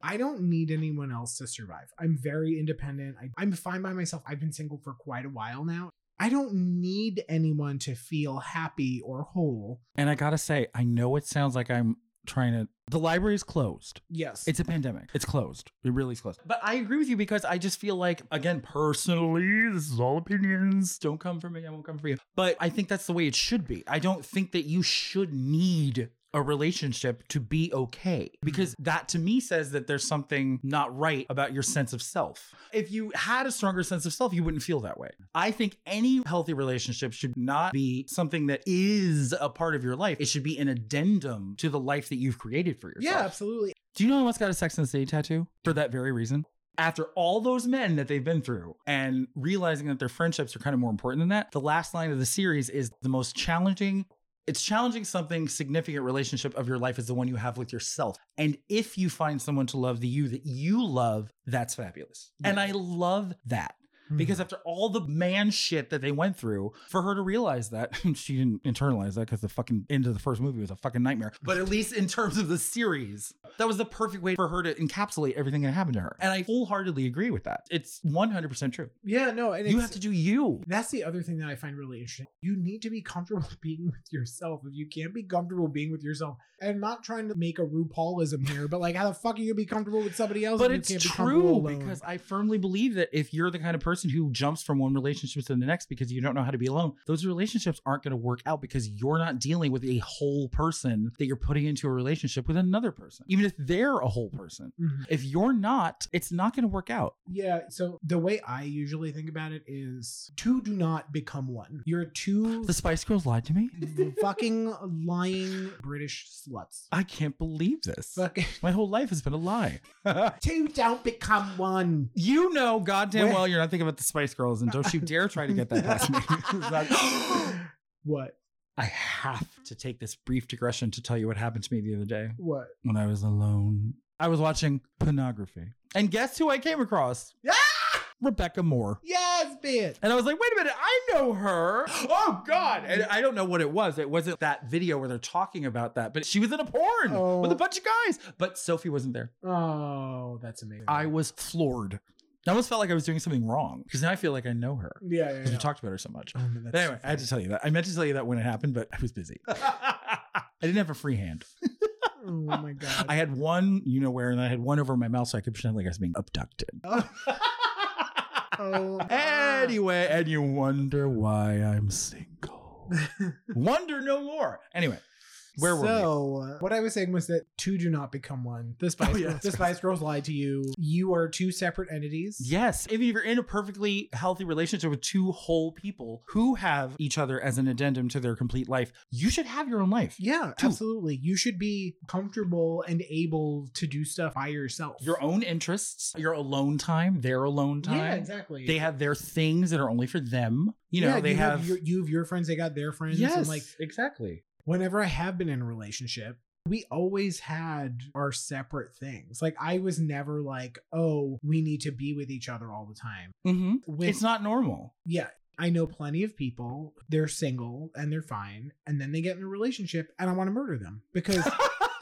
[SPEAKER 1] I don't need anyone else to survive. I'm very independent. I, I'm fine by myself. I've been single for quite a while now. I don't need anyone to feel happy or whole.
[SPEAKER 2] And I gotta say, I know it sounds like I'm trying to. The library is closed.
[SPEAKER 1] Yes.
[SPEAKER 2] It's a pandemic. It's closed. It really is closed. But I agree with you because I just feel like, again, personally, this is all opinions. Don't come for me. I won't come for you. But I think that's the way it should be. I don't think that you should need a a relationship to be okay because that to me says that there's something not right about your sense of self. If you had a stronger sense of self, you wouldn't feel that way. I think any healthy relationship should not be something that is a part of your life. It should be an addendum to the life that you've created for yourself.
[SPEAKER 1] Yeah, absolutely.
[SPEAKER 2] Do you know what's got a Sex and the City tattoo? For that very reason. After all those men that they've been through and realizing that their friendships are kind of more important than that, the last line of the series is the most challenging. It's challenging something significant relationship of your life is the one you have with yourself. And if you find someone to love the you that you love, that's fabulous. And I love that because after all the man shit that they went through, for her to realize that (laughs) she didn't internalize that because the fucking end of the first movie was a fucking nightmare. But at least in terms of the series, that was the perfect way for her to encapsulate everything that happened to her. And I wholeheartedly agree with that. It's 100% true.
[SPEAKER 1] yeah, no, and
[SPEAKER 2] you
[SPEAKER 1] it's-
[SPEAKER 2] have to do you.
[SPEAKER 1] That's the other thing that I find really interesting. You need to be comfortable (laughs) being with yourself. If you can't be comfortable being with yourself, and not trying to make a RuPaulism here, but like, how the fuck are you gonna be comfortable with somebody else?
[SPEAKER 2] But
[SPEAKER 1] if
[SPEAKER 2] it's
[SPEAKER 1] you can't be comfortable
[SPEAKER 2] true
[SPEAKER 1] alone?
[SPEAKER 2] because I firmly believe that if you're the kind of person who jumps from one relationship to the next because you don't know how to be alone, those relationships aren't going to work out because you're not dealing with a whole person that you're putting into a relationship with another person, even if they're a whole person.
[SPEAKER 1] Mhm.
[SPEAKER 2] If you're not, it's not going to work out.
[SPEAKER 1] yeah. So the way I usually think about it is two do not become one. You're two
[SPEAKER 2] The Spice Girls lied to me.
[SPEAKER 1] (laughs) fucking lying British sluts.
[SPEAKER 2] I can't believe this. (laughs)
[SPEAKER 1] Fucking
[SPEAKER 2] My whole life has been a lie.
[SPEAKER 1] two don't become (laughs) one.
[SPEAKER 2] you know goddamn
[SPEAKER 1] Where-
[SPEAKER 2] well you're not thinking about the Spice Girls, and don't you dare try to get that past (laughs) me. It's not-
[SPEAKER 1] (gasps) What?
[SPEAKER 2] (gasps) I have to take this brief digression to tell you what happened to me the other day
[SPEAKER 1] What?
[SPEAKER 2] when I was alone. I was watching pornography. And guess who I came across?
[SPEAKER 1] Ah!
[SPEAKER 2] Rebecca Moore.
[SPEAKER 1] Yes, bitch.
[SPEAKER 2] And I was like, wait a minute, I know her. (gasps) Oh God. And I don't know what it was. It wasn't that video where they're talking about that, but she was in a porn
[SPEAKER 1] Oh.
[SPEAKER 2] with a bunch of guys. But Sophie wasn't there.
[SPEAKER 1] Oh, that's amazing.
[SPEAKER 2] I was floored. I almost felt like I was doing something wrong. Because now I feel like I know her.
[SPEAKER 1] Yeah, yeah.
[SPEAKER 2] Because
[SPEAKER 1] yeah.
[SPEAKER 2] we talked about her so much.
[SPEAKER 1] Oh, man, that's
[SPEAKER 2] But anyway,
[SPEAKER 1] so
[SPEAKER 2] I had to tell you that. I meant to tell you that when it happened, but I was (laughs) busy. I didn't have a free hand.
[SPEAKER 1] funny. Oh my god.
[SPEAKER 2] I had one, you know where, and I had one over my mouth so I could pretend like I was being abducted.
[SPEAKER 1] (laughs) Oh,
[SPEAKER 2] anyway, and you wonder why I'm (laughs) single. wonder no more. Anyway, where
[SPEAKER 1] so,
[SPEAKER 2] were
[SPEAKER 1] uh, what I was saying was that two do not become one. The Spice,
[SPEAKER 2] (laughs) Oh, yeah,
[SPEAKER 1] Girls, the
[SPEAKER 2] that's
[SPEAKER 1] Spice Girls lied to you. You are two separate entities.
[SPEAKER 2] we? Yes, even if you're in a perfectly healthy relationship with two whole people who have each other as an addendum to their complete life, you should have your own life.
[SPEAKER 1] Yeah,
[SPEAKER 2] Two.
[SPEAKER 1] absolutely. You should be comfortable and able to do stuff by yourself.
[SPEAKER 2] Your own interests, your alone time, their alone time.
[SPEAKER 1] Yeah, exactly.
[SPEAKER 2] They have their things that are only for them. You know,
[SPEAKER 1] Yeah,
[SPEAKER 2] they have,
[SPEAKER 1] your, you have your friends. They got their friends.
[SPEAKER 2] yes,
[SPEAKER 1] And like
[SPEAKER 2] exactly.
[SPEAKER 1] whenever I have been in a relationship, we always had our separate things. Like I was never like, oh, we need to be with each other all the time.
[SPEAKER 2] hmm
[SPEAKER 1] With,
[SPEAKER 2] It's not normal.
[SPEAKER 1] Yeah. I know plenty of people, they're single and they're fine, and then they get in a relationship and I want to murder them because
[SPEAKER 2] (laughs)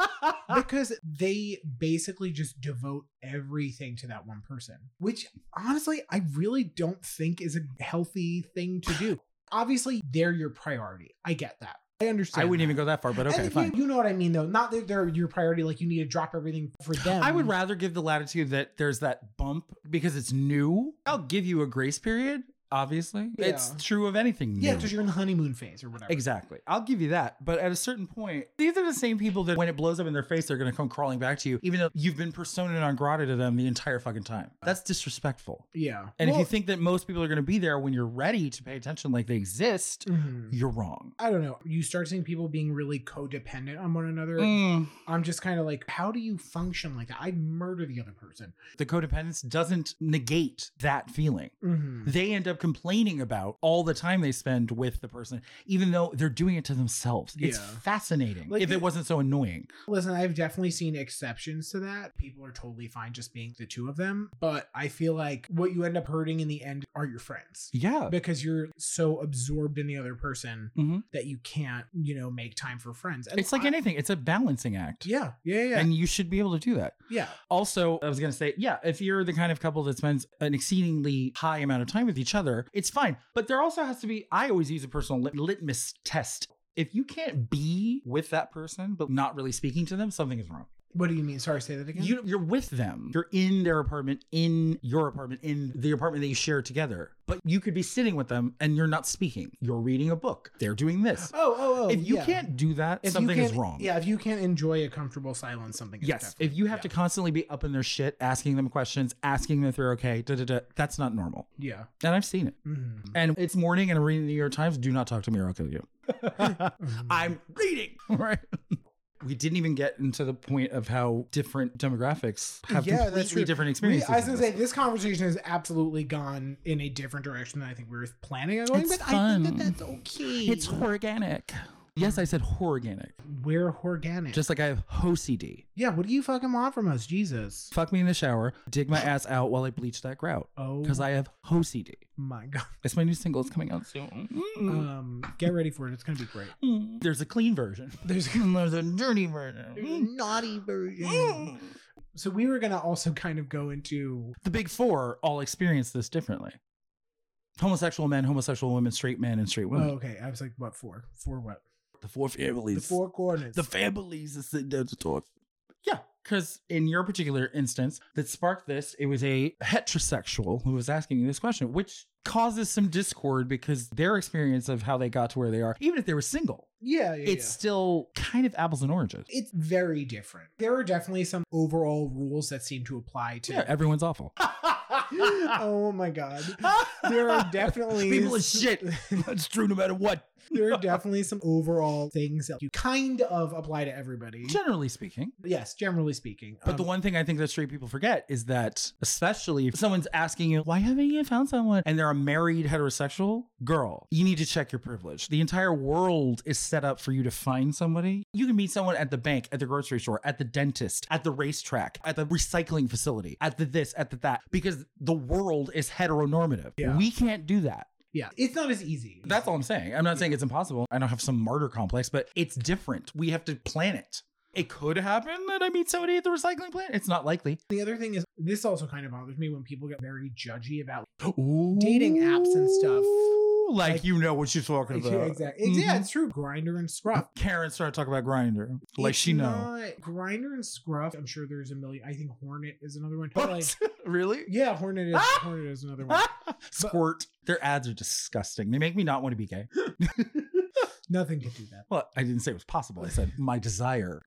[SPEAKER 1] because they basically just devote everything to that one person, which honestly I really don't think is a healthy thing to do. Obviously, they're your priority. I get that. I
[SPEAKER 2] I
[SPEAKER 1] understand.
[SPEAKER 2] wouldn't
[SPEAKER 1] that.
[SPEAKER 2] even go that far, but
[SPEAKER 1] And
[SPEAKER 2] okay,
[SPEAKER 1] if
[SPEAKER 2] fine.
[SPEAKER 1] You, you know what I mean, though. Not that they're your priority. Like you need to drop everything for them.
[SPEAKER 2] I would rather give the latitude that there's that bump because it's new. I'll give you a grace period, obviously. It's
[SPEAKER 1] Yeah.
[SPEAKER 2] true of anything
[SPEAKER 1] Yeah,
[SPEAKER 2] new.
[SPEAKER 1] because you're in the honeymoon phase or whatever.
[SPEAKER 2] Exactly. I'll give you that. But at a certain point, these are the same people that when it blows up in their face, they're going to come crawling back to you, even though you've been persona non grata to them the entire fucking time. That's disrespectful.
[SPEAKER 1] Yeah.
[SPEAKER 2] And
[SPEAKER 1] Well,
[SPEAKER 2] if you think that most people are going to be there when you're ready to pay attention like they exist,
[SPEAKER 1] mhm.
[SPEAKER 2] you're wrong.
[SPEAKER 1] I don't know. You start seeing people being really codependent on one another.
[SPEAKER 2] Mm.
[SPEAKER 1] I'm just kind of like, how do you function like that? I'd murder the other person.
[SPEAKER 2] The codependence doesn't negate that feeling. (laughs)
[SPEAKER 1] Mhm.
[SPEAKER 2] they end up complaining about all the time they spend with the person, even though they're doing it to themselves. It's
[SPEAKER 1] Yeah.
[SPEAKER 2] fascinating.
[SPEAKER 1] Like
[SPEAKER 2] if
[SPEAKER 1] the-
[SPEAKER 2] it wasn't so annoying,
[SPEAKER 1] Listen, I've definitely seen exceptions to that. People are totally fine just being the two of them. But I feel like what you end up hurting in the end are your friends
[SPEAKER 2] yeah.
[SPEAKER 1] because you're so absorbed in the other person
[SPEAKER 2] Mhm.
[SPEAKER 1] that you can't, you know, make time for friends. And
[SPEAKER 2] It's like
[SPEAKER 1] I-
[SPEAKER 2] anything. It's a balancing act.
[SPEAKER 1] Yeah, yeah, yeah,
[SPEAKER 2] And you should be able to do that.
[SPEAKER 1] yeah.
[SPEAKER 2] Also, I was going to say, yeah, if you're the kind of couple that spends an exceedingly high amount of time with each other, it's fine. But there also has to be, I always use a personal lit- litmus test. If you can't be with that person, but not really speaking to them, something is wrong.
[SPEAKER 1] What do you mean? Sorry, say that again.
[SPEAKER 2] You, you're with them. You're in their apartment, in your apartment, in the apartment that you share together. But you could be sitting with them and you're not speaking. You're reading a book. They're doing this.
[SPEAKER 1] oh, oh, oh.
[SPEAKER 2] if you
[SPEAKER 1] yeah.
[SPEAKER 2] can't do that,
[SPEAKER 1] If you
[SPEAKER 2] something is
[SPEAKER 1] can't-
[SPEAKER 2] wrong.
[SPEAKER 1] Yeah, if you can't enjoy a comfortable silence, something. Is
[SPEAKER 2] Yes. If you have to constantly be up in their shit, asking them questions, asking them if they're okay, da da da, that's not normal.
[SPEAKER 1] to. Yeah.
[SPEAKER 2] And I've seen it.
[SPEAKER 1] Mhm.
[SPEAKER 2] And it's morning and I'm reading the New York Times. Do not talk to me or I'll kill you. (laughs) I'm reading. Right. We didn't even get into the point of how different demographics have
[SPEAKER 1] Yeah, that's
[SPEAKER 2] completely
[SPEAKER 1] true.
[SPEAKER 2] different
[SPEAKER 1] We,
[SPEAKER 2] experiences.
[SPEAKER 1] I was gonna
[SPEAKER 2] in
[SPEAKER 1] say
[SPEAKER 2] this.
[SPEAKER 1] this conversation has absolutely gone in a different direction than I think we were planning on going,
[SPEAKER 2] It's
[SPEAKER 1] but I think
[SPEAKER 2] fun.
[SPEAKER 1] that that's okay.
[SPEAKER 2] it's organic. Yes, I said organic.
[SPEAKER 1] we're organic.
[SPEAKER 2] Just like I have OCD.
[SPEAKER 1] yeah. What do you fucking want from us, Jesus?
[SPEAKER 2] Fuck me in the shower, dig my ass out while I bleach that grout
[SPEAKER 1] Oh
[SPEAKER 2] because I have OCD.
[SPEAKER 1] my (laughs) god.
[SPEAKER 2] It's my new single. It's coming out soon.
[SPEAKER 1] Um, get ready for it. It's gonna be
[SPEAKER 2] (laughs)
[SPEAKER 1] great.
[SPEAKER 2] There's a clean version.
[SPEAKER 1] There's
[SPEAKER 2] Hmm. (laughs) There's a dirty
[SPEAKER 1] Mm-hmm.
[SPEAKER 2] version.
[SPEAKER 1] naughty version. (gasps) So we were gonna also (laughs) kind of go into
[SPEAKER 2] Hmm. The big four all experience this differently. Homosexual men, homosexual women, straight men, and straight
[SPEAKER 1] oh,
[SPEAKER 2] women.
[SPEAKER 1] okay. I was like, what for? For what?
[SPEAKER 2] the four
[SPEAKER 1] The
[SPEAKER 2] families.
[SPEAKER 1] four corners.
[SPEAKER 2] the families that sit down to talk. Yeah, because in your particular instance that sparked this, it was a heterosexual who was asking you this question, which causes some discord because their experience of how they got to where they are, even if they were single,
[SPEAKER 1] yeah, yeah.
[SPEAKER 2] it's still kind of apples and oranges.
[SPEAKER 1] yeah. it's very different. There are definitely some overall rules that seem to apply to.
[SPEAKER 2] Yeah, everyone's awful.
[SPEAKER 1] oh my god. (laughs) There are
[SPEAKER 2] (laughs)
[SPEAKER 1] definitely
[SPEAKER 2] people is
[SPEAKER 1] (laughs)
[SPEAKER 2] shit. That's true, no matter what.
[SPEAKER 1] there are definitely some overall things that you kind of apply to everybody.
[SPEAKER 2] Generally speaking.
[SPEAKER 1] yes, generally speaking.
[SPEAKER 2] But the
[SPEAKER 1] Um,
[SPEAKER 2] one thing I think that straight people forget is that, especially if someone's asking you, why haven't you found someone? And they're a married heterosexual girl, you need to check your privilege. The entire world is set up for you to find somebody. You can meet someone at the bank, at the grocery store, at the dentist, at the racetrack, at the recycling facility, at the this, at the that, because the world is heteronormative.
[SPEAKER 1] Yeah.
[SPEAKER 2] We can't do that.
[SPEAKER 1] yeah, it's not as easy.
[SPEAKER 2] That's all I'm saying. I'm not saying it's impossible. I don't have some martyr complex, but it's different. We have to plan it. It could happen that I meet somebody at the recycling plant. It's
[SPEAKER 1] (gasps)
[SPEAKER 2] not likely.
[SPEAKER 1] The other thing is, this also kind of bothers me when people get very judgy about
[SPEAKER 2] dating
[SPEAKER 1] apps and stuff.
[SPEAKER 2] Like,
[SPEAKER 1] Like-
[SPEAKER 2] you know what she's talking
[SPEAKER 1] Yeah,
[SPEAKER 2] about.
[SPEAKER 1] (laughs) exactly.
[SPEAKER 2] mm-hmm.
[SPEAKER 1] Yeah, it's true. Grinder and Scruff.
[SPEAKER 2] Karen started talking about Grinder. (laughs) Like
[SPEAKER 1] It's
[SPEAKER 2] she know.
[SPEAKER 1] not- Grinder and Scruff. I'm sure there's a million. I think Hornet is another one. But like,
[SPEAKER 2] What? (laughs)
[SPEAKER 1] (laughs)
[SPEAKER 2] really?
[SPEAKER 1] yeah, Hornet is
[SPEAKER 2] (laughs) Ah!
[SPEAKER 1] Hornet is another
[SPEAKER 2] (laughs)
[SPEAKER 1] one.
[SPEAKER 2] Squirt. Their ads are disgusting. They make me not want to be gay.
[SPEAKER 1] Nothing can do that.
[SPEAKER 2] Well, I didn't say it was possible. I said my desire.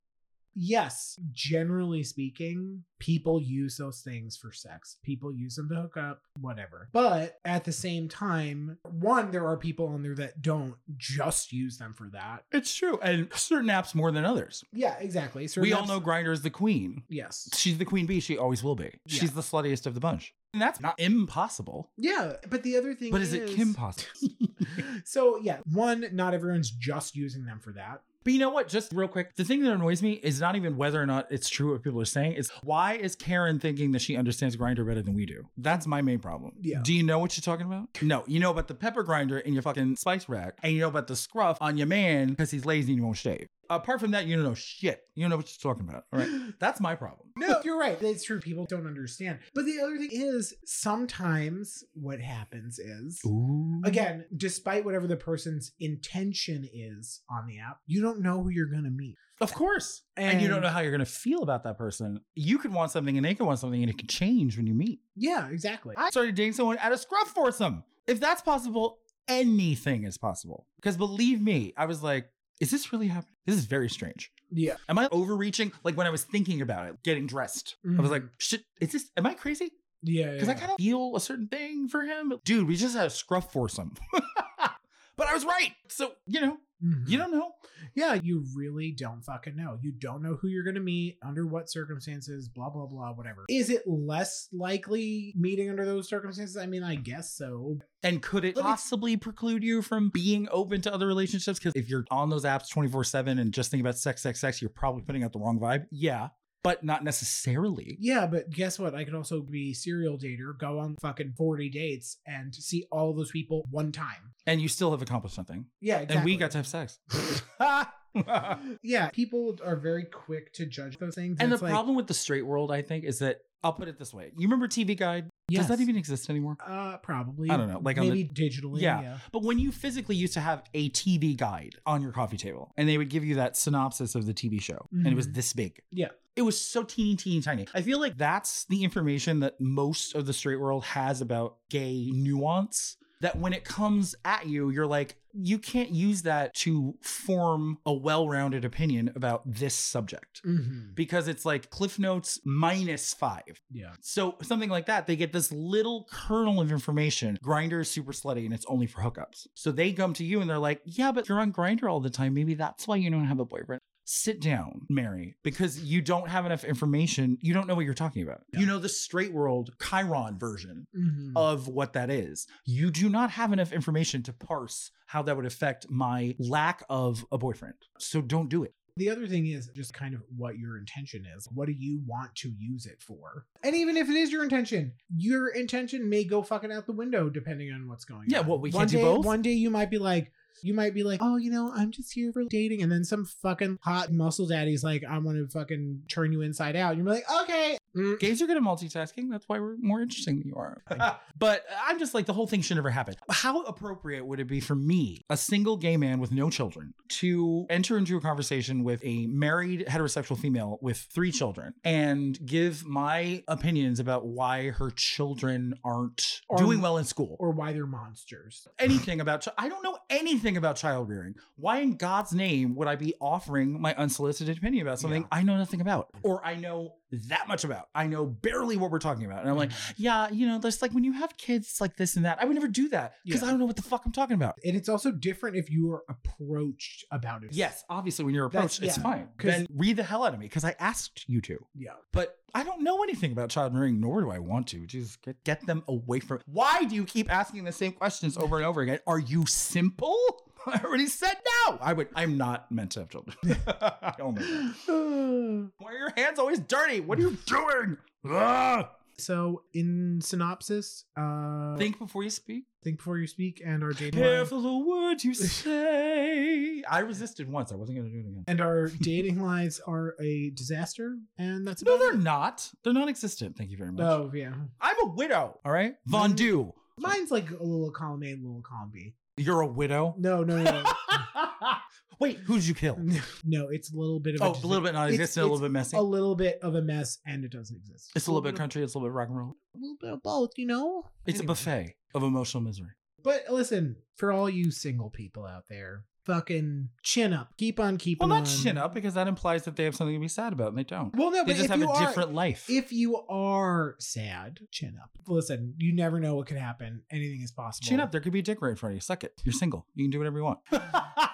[SPEAKER 1] Yes, generally speaking, people use those things for sex. People use them to hook up, whatever. But at the same time, one, there are people on there that don't just use them for that.
[SPEAKER 2] It's true. And certain apps more than others.
[SPEAKER 1] Yeah, exactly. So
[SPEAKER 2] we all
[SPEAKER 1] that's-
[SPEAKER 2] know Grinder is the queen.
[SPEAKER 1] Yes.
[SPEAKER 2] She's the queen bee. She always will be.
[SPEAKER 1] Yeah.
[SPEAKER 2] She's the sluttiest of the bunch. And that's not impossible.
[SPEAKER 1] Yeah, but the other thing
[SPEAKER 2] But is it Kim possible?
[SPEAKER 1] (laughs) So yeah, one, not everyone's just using them for that.
[SPEAKER 2] But you know what? Just real quick, the thing that annoys me is not even whether or not it's true what people are saying. It's why is Karen thinking that she understands grinder better than we do? That's my main problem.
[SPEAKER 1] Yeah.
[SPEAKER 2] Do you know what you're talking about? No. You know about the pepper grinder in your fucking spice rack, and you know about the scruff on your man because he's lazy and you won't shave. Apart from that, you don't know shit. You don't know what you're talking about. All right.
[SPEAKER 1] (gasps)
[SPEAKER 2] That's my problem.
[SPEAKER 1] No, you're right. It's true. People don't understand. But the other thing is, sometimes what happens is.
[SPEAKER 2] Ooh.
[SPEAKER 1] Again, despite whatever the person's intention is on the app, you don't know who you're going to meet.
[SPEAKER 2] Of course. And, you don't know how you're going to feel about that person. You could want something and they could want something and it could change when you meet.
[SPEAKER 1] Yeah, exactly.
[SPEAKER 2] I started dating someone at a scruff foursome. If that's possible, anything is possible. Because believe me, I was like, is this really happening? This is very strange.
[SPEAKER 1] yeah.
[SPEAKER 2] Am I overreaching? Like when I was thinking about it, getting dressed, I was like, shit, is this, am I crazy?
[SPEAKER 1] Mm-hmm. Yeah.
[SPEAKER 2] Because I kind of feel a certain thing for him. Dude, we just had a scruff foursome. (laughs) but I was right. So, you know,
[SPEAKER 1] Mm-hmm.
[SPEAKER 2] you don't know.
[SPEAKER 1] yeah, you really don't fucking know. You don't know who you're going to meet, under what circumstances, blah, blah, blah, whatever. Is it less likely meeting under those circumstances? I mean, I guess so.
[SPEAKER 2] And could it
[SPEAKER 1] Let me-
[SPEAKER 2] possibly preclude you from being open to other relationships? Because if you're on those apps 24 7 and just think about sex, sex, sex, you're probably putting out the wrong vibe. Yeah, but not necessarily.
[SPEAKER 1] Yeah, but guess what? I could also be serial dater, go on fucking 40 dates and see all those people one time.
[SPEAKER 2] And you still have accomplished something.
[SPEAKER 1] Yeah, exactly.
[SPEAKER 2] And we got to have sex.
[SPEAKER 1] (laughs)
[SPEAKER 2] and
[SPEAKER 1] Yeah, people are very quick to judge those things.
[SPEAKER 2] the
[SPEAKER 1] it's like-
[SPEAKER 2] problem with the straight world, I think, is that I'll put it this way. You remember TV Guide?
[SPEAKER 1] Yes.
[SPEAKER 2] Does that even exist anymore?
[SPEAKER 1] Uh, probably.
[SPEAKER 2] I don't know, like on the-
[SPEAKER 1] maybe digitally.
[SPEAKER 2] Yeah.
[SPEAKER 1] Yeah.
[SPEAKER 2] But when you physically used to have a TV guide on your coffee table, and they would give you that synopsis of the TV show, and it was
[SPEAKER 1] Mhm.
[SPEAKER 2] this big.
[SPEAKER 1] Yeah.
[SPEAKER 2] It was so teeny, teeny tiny. I feel like that's the information that most of the straight world has about gay nuance. That when it comes at you, you're like, you can't use that to form a well rounded opinion about this subject
[SPEAKER 1] Mhm.
[SPEAKER 2] because it's like Cliff Notes minus five.
[SPEAKER 1] Yeah.
[SPEAKER 2] So something like that, they get this little kernel of information. Grinder is super slutty and it's only for hookups. So they come to you and they're like, "Yeah, but you're on Grinder all the time. Maybe that's why you don't have a boyfriend." Sit down, Mary, because you don't have enough information. You don't know what you're talking about.
[SPEAKER 1] Yeah.
[SPEAKER 2] You know the straight world Chiron version
[SPEAKER 1] Mhm.
[SPEAKER 2] of what that is. You do not have enough information to parse how that would affect my lack of a boyfriend. So don't do it.
[SPEAKER 1] The other thing is just kind of what your intention is. What do you want to use it for? And even if it is your intention, your intention may go fucking out the window depending on what's going
[SPEAKER 2] Yeah,
[SPEAKER 1] on.
[SPEAKER 2] well, we
[SPEAKER 1] one
[SPEAKER 2] can't do
[SPEAKER 1] day,
[SPEAKER 2] both.
[SPEAKER 1] One day you might be like, you might be like, oh, you know, I'm just here for dating. And then some fucking hot muscle daddy's like, I want to fucking turn you inside out. You're like, okay. Mm.
[SPEAKER 2] Gays are good at multitasking. That's why we're more interesting than you are. but I'm just like, the whole thing should never happen. How appropriate would it be for me, a single gay man with no children, to enter into a conversation with a married heterosexual female with three children and give my opinions about why her children aren't
[SPEAKER 1] Or-
[SPEAKER 2] doing well in school?
[SPEAKER 1] Or why they're monsters.
[SPEAKER 2] anything about chi- I don't know anything about child rearing. Why in God's name would I be offering my unsolicited opinion about something
[SPEAKER 1] Yeah.
[SPEAKER 2] I know nothing about or I know that much about? I know barely what we're talking about. And I'm like,
[SPEAKER 1] Mm-hmm.
[SPEAKER 2] yeah, you know, that's like when you have kids it's like this and that. I would never do that because
[SPEAKER 1] Yeah.
[SPEAKER 2] I don't know what the fuck I'm talking about.
[SPEAKER 1] and it's also different if you are approached about it.
[SPEAKER 2] Yes, obviously when you're
[SPEAKER 1] That's-
[SPEAKER 2] approached, it's
[SPEAKER 1] yeah,
[SPEAKER 2] fine.
[SPEAKER 1] 'cause-
[SPEAKER 2] Then read the hell out of me because I asked you to.
[SPEAKER 1] Yeah.
[SPEAKER 2] But I don't know anything about child rearing, nor do I want to. Just get, get them away from. Why do you keep asking the same questions over and over again? Are you simple? (laughs) I already said no. I would. I'm not meant to have children. (laughs)
[SPEAKER 1] Oh
[SPEAKER 2] I don't know. that.
[SPEAKER 1] (sighs)
[SPEAKER 2] Why are your hands always dirty? What are you doing? Ugh.
[SPEAKER 1] So in synopsis, uh think,
[SPEAKER 2] Think before you speak.
[SPEAKER 1] before you speak and our dating line,
[SPEAKER 2] Careful the words you say. I resisted once. I wasn't going to do it again.
[SPEAKER 1] and our dating lives are a disaster, and that's
[SPEAKER 2] No,
[SPEAKER 1] about
[SPEAKER 2] they're
[SPEAKER 1] it.
[SPEAKER 2] not. They're non-existent. Thank you very much.
[SPEAKER 1] Oh yeah,
[SPEAKER 2] I'm a widow. All right, Von
[SPEAKER 1] Mm.
[SPEAKER 2] Du.
[SPEAKER 1] mine's like a little column A, a little column B.
[SPEAKER 2] You're a widow.
[SPEAKER 1] No, no, no,
[SPEAKER 2] (laughs) Wait, who'd you kill?
[SPEAKER 1] no, (laughs) no. It's a little bit of
[SPEAKER 2] Oh,
[SPEAKER 1] a,
[SPEAKER 2] a little bit non-existent, a
[SPEAKER 1] it's-
[SPEAKER 2] little bit messy.
[SPEAKER 1] a little bit of a mess, and it doesn't exist.
[SPEAKER 2] It's a little bit country. It's a little bit rock and roll.
[SPEAKER 1] a little bit of both, you know.
[SPEAKER 2] It's a
[SPEAKER 1] Anyway.
[SPEAKER 2] buffet of emotional misery.
[SPEAKER 1] But listen, for all you single people out there, fucking chin up. Keep on keeping.
[SPEAKER 2] Well, not
[SPEAKER 1] on.
[SPEAKER 2] chin up because that implies that they have something to be sad about, and they don't.
[SPEAKER 1] Well, no,
[SPEAKER 2] They
[SPEAKER 1] but
[SPEAKER 2] just
[SPEAKER 1] if
[SPEAKER 2] have
[SPEAKER 1] you
[SPEAKER 2] a
[SPEAKER 1] are,
[SPEAKER 2] different life.
[SPEAKER 1] If you are sad, chin up. Listen, you never know what could happen. Anything is possible.
[SPEAKER 2] Chin up. There could be a dick right in front of you. Suck it. You're single. You can do whatever you (laughs) want.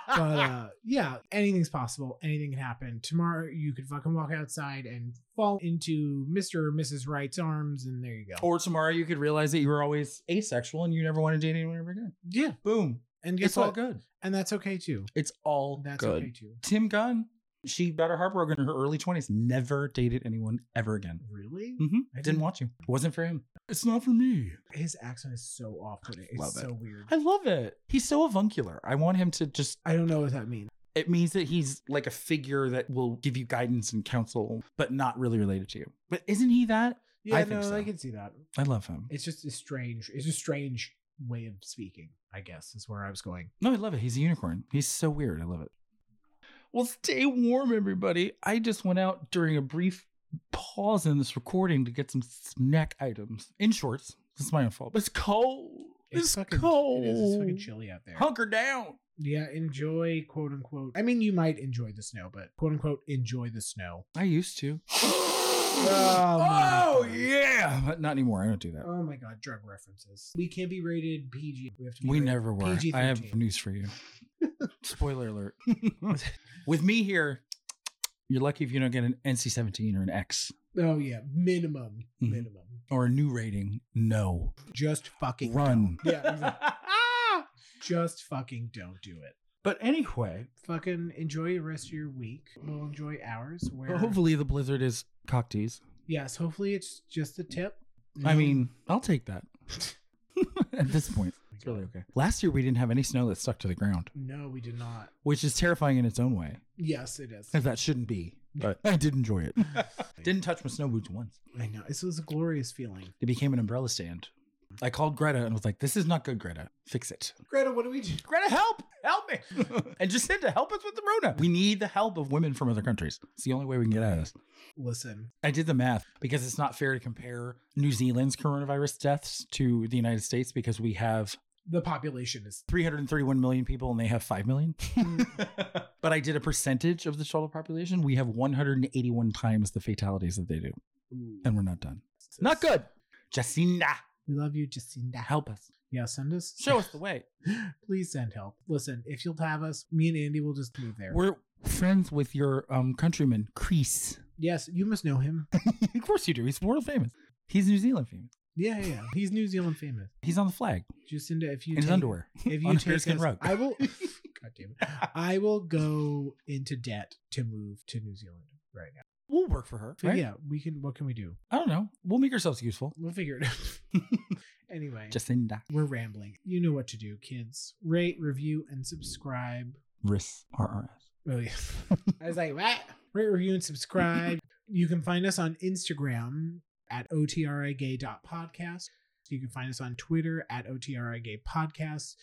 [SPEAKER 1] But uh, yeah, anything's possible. Anything can happen. Tomorrow, you could fucking walk outside and fall into Mr. or Mrs. Wright's arms, and there you go.
[SPEAKER 2] or tomorrow you could realize that you were always asexual and you never want to date anyone ever again.
[SPEAKER 1] yeah,
[SPEAKER 2] Boom.
[SPEAKER 1] and guess
[SPEAKER 2] It's all
[SPEAKER 1] what?
[SPEAKER 2] good.
[SPEAKER 1] And that's okay too.
[SPEAKER 2] It's all
[SPEAKER 1] That's
[SPEAKER 2] good.
[SPEAKER 1] okay too.
[SPEAKER 2] Tim Gunn. She got her heartbroken in her early 20s, never dated anyone ever again.
[SPEAKER 1] Really?
[SPEAKER 2] Mm-hmm.
[SPEAKER 1] I
[SPEAKER 2] Didn't
[SPEAKER 1] didn't-
[SPEAKER 2] want you. Wasn't for him. It's not for me.
[SPEAKER 1] His accent is so off-putting. It's
[SPEAKER 2] Love it.
[SPEAKER 1] so weird.
[SPEAKER 2] I love it. He's so avuncular. I want him to just,
[SPEAKER 1] I don't know what that means.
[SPEAKER 2] it means that he's like a figure that will give you guidance and counsel, but not really related to you. But isn't he that?
[SPEAKER 1] Yeah,
[SPEAKER 2] I
[SPEAKER 1] no,
[SPEAKER 2] think so.
[SPEAKER 1] I can see that.
[SPEAKER 2] I love him.
[SPEAKER 1] It's just a strange. It's a strange way of speaking. I guess is where I was going.
[SPEAKER 2] No, I love it. He's a unicorn. He's so weird. I love it. Well, stay warm, everybody. I just went out during a brief pause in this recording to get some snack items in shorts. This is my own fault. It's cold. It's,
[SPEAKER 1] fucking
[SPEAKER 2] cold.
[SPEAKER 1] It is. It's fucking chilly out there.
[SPEAKER 2] Hunker down.
[SPEAKER 1] Yeah, enjoy quote unquote. I mean, you might enjoy the snow, but quote unquote enjoy the snow.
[SPEAKER 2] I used to.
[SPEAKER 1] Oh,
[SPEAKER 2] oh
[SPEAKER 1] my God.
[SPEAKER 2] yeah, but not anymore. I don't do that.
[SPEAKER 1] Oh my god, drug references. We can't be rated PG. We have to. Be
[SPEAKER 2] We
[SPEAKER 1] rated-
[SPEAKER 2] never were. I have
[SPEAKER 1] PG-13.
[SPEAKER 2] news
[SPEAKER 1] (laughs)
[SPEAKER 2] for you. Spoiler alert. With me here, you're lucky if you don't get an NC-17 or an X
[SPEAKER 1] Oh yeah, minimum,
[SPEAKER 2] Mhm.
[SPEAKER 1] minimum.
[SPEAKER 2] or a new rating. No,
[SPEAKER 1] Just fucking
[SPEAKER 2] run.
[SPEAKER 1] Don't. Yeah, exactly. just fucking don't do it.
[SPEAKER 2] (laughs) but anyway,
[SPEAKER 1] Fucking enjoy the rest of your week. We'll enjoy ours. Where
[SPEAKER 2] hopefully the blizzard is cocktease.
[SPEAKER 1] yes, hopefully it's just a tip. oh
[SPEAKER 2] I
[SPEAKER 1] Mm.
[SPEAKER 2] mean, I'll take that. (laughs) At this point, it's really okay. Last year we didn't have any snow that stuck to the ground,
[SPEAKER 1] no, we did not.
[SPEAKER 2] which is terrifying in its own way.
[SPEAKER 1] Yes, it (laughs) is.
[SPEAKER 2] If that shouldn't be,
[SPEAKER 1] (laughs)
[SPEAKER 2] but I did enjoy it. didn't touch my snow boots once.
[SPEAKER 1] I know. This was a glorious feeling.
[SPEAKER 2] They became an umbrella stand. I called Greta and was like, this is not good, Greta. Fix it.
[SPEAKER 1] Greta, what do we do?
[SPEAKER 2] Greta, help! Help me! (laughs) and Jacinta, help us with the Rona. We need the help of women from other countries. It's the only way we can get out of this.
[SPEAKER 1] Listen,
[SPEAKER 2] I did the math because it's not fair to compare New Zealand's coronavirus deaths to the United States because we have
[SPEAKER 1] the population is
[SPEAKER 2] 331 million people and they have 5 (laughs) million. but I did a percentage of the total population. We have 181 times the fatalities that they do.
[SPEAKER 1] Ooh.
[SPEAKER 2] And we're not done. Um, Not good. Jacinta,
[SPEAKER 1] We love you, Jacinda.
[SPEAKER 2] help us.
[SPEAKER 1] Yeah, send us.
[SPEAKER 2] Show us the way.
[SPEAKER 1] (laughs) Please send help. Listen, if you'll have us, me and Andy will just move there.
[SPEAKER 2] We're friends with your um, countryman, Crease.
[SPEAKER 1] yes, you must know him.
[SPEAKER 2] (laughs)
[SPEAKER 1] (laughs)
[SPEAKER 2] of course you do. He's world famous. He's New Zealand famous.
[SPEAKER 1] Yeah, yeah, yeah. He's New Zealand famous.
[SPEAKER 2] He's on the flag
[SPEAKER 1] Jacinda, if you
[SPEAKER 2] in his
[SPEAKER 1] take-
[SPEAKER 2] underwear. (laughs)
[SPEAKER 1] if you
[SPEAKER 2] on a
[SPEAKER 1] take
[SPEAKER 2] bearskin
[SPEAKER 1] us,
[SPEAKER 2] rug.
[SPEAKER 1] I
[SPEAKER 2] (laughs)
[SPEAKER 1] will. God damn it! I will go into debt to move to New Zealand right now.
[SPEAKER 2] We'll work for her.
[SPEAKER 1] So
[SPEAKER 2] right?
[SPEAKER 1] yeah, we can. What can we do?
[SPEAKER 2] I don't know. We'll make ourselves useful.
[SPEAKER 1] We'll figure it out. (laughs) anyway,
[SPEAKER 2] Jacinda.
[SPEAKER 1] we're rambling. You know what to do, kids. Rate, review, and subscribe.
[SPEAKER 2] Riss. RRS.
[SPEAKER 1] Oh yeah. I was like, what? Rate, review, and subscribe. you can find us on Instagram at otragay.podcast. You can find us on Twitter at otragaypodcast.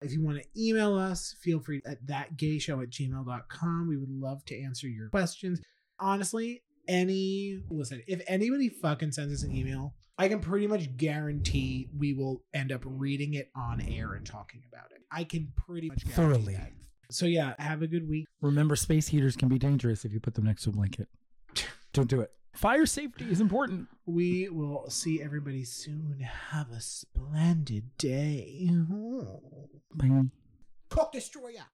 [SPEAKER 1] If you want to email us, feel free at thatgayshow at gmail.com. We would love to answer your questions. Honestly, any listen, if anybody fucking sends us an email, I can pretty much guarantee we will end up reading it on air and talking about it. I can pretty much guarantee
[SPEAKER 2] Thoroughly.
[SPEAKER 1] that. So yeah, have a good week.
[SPEAKER 2] Remember, space heaters can be dangerous if you put them next to a blanket. (laughs) Don't do it. Fire safety is important.
[SPEAKER 1] We will see everybody soon. Have a splendid day.
[SPEAKER 2] Bye.
[SPEAKER 1] Cock Destroyer.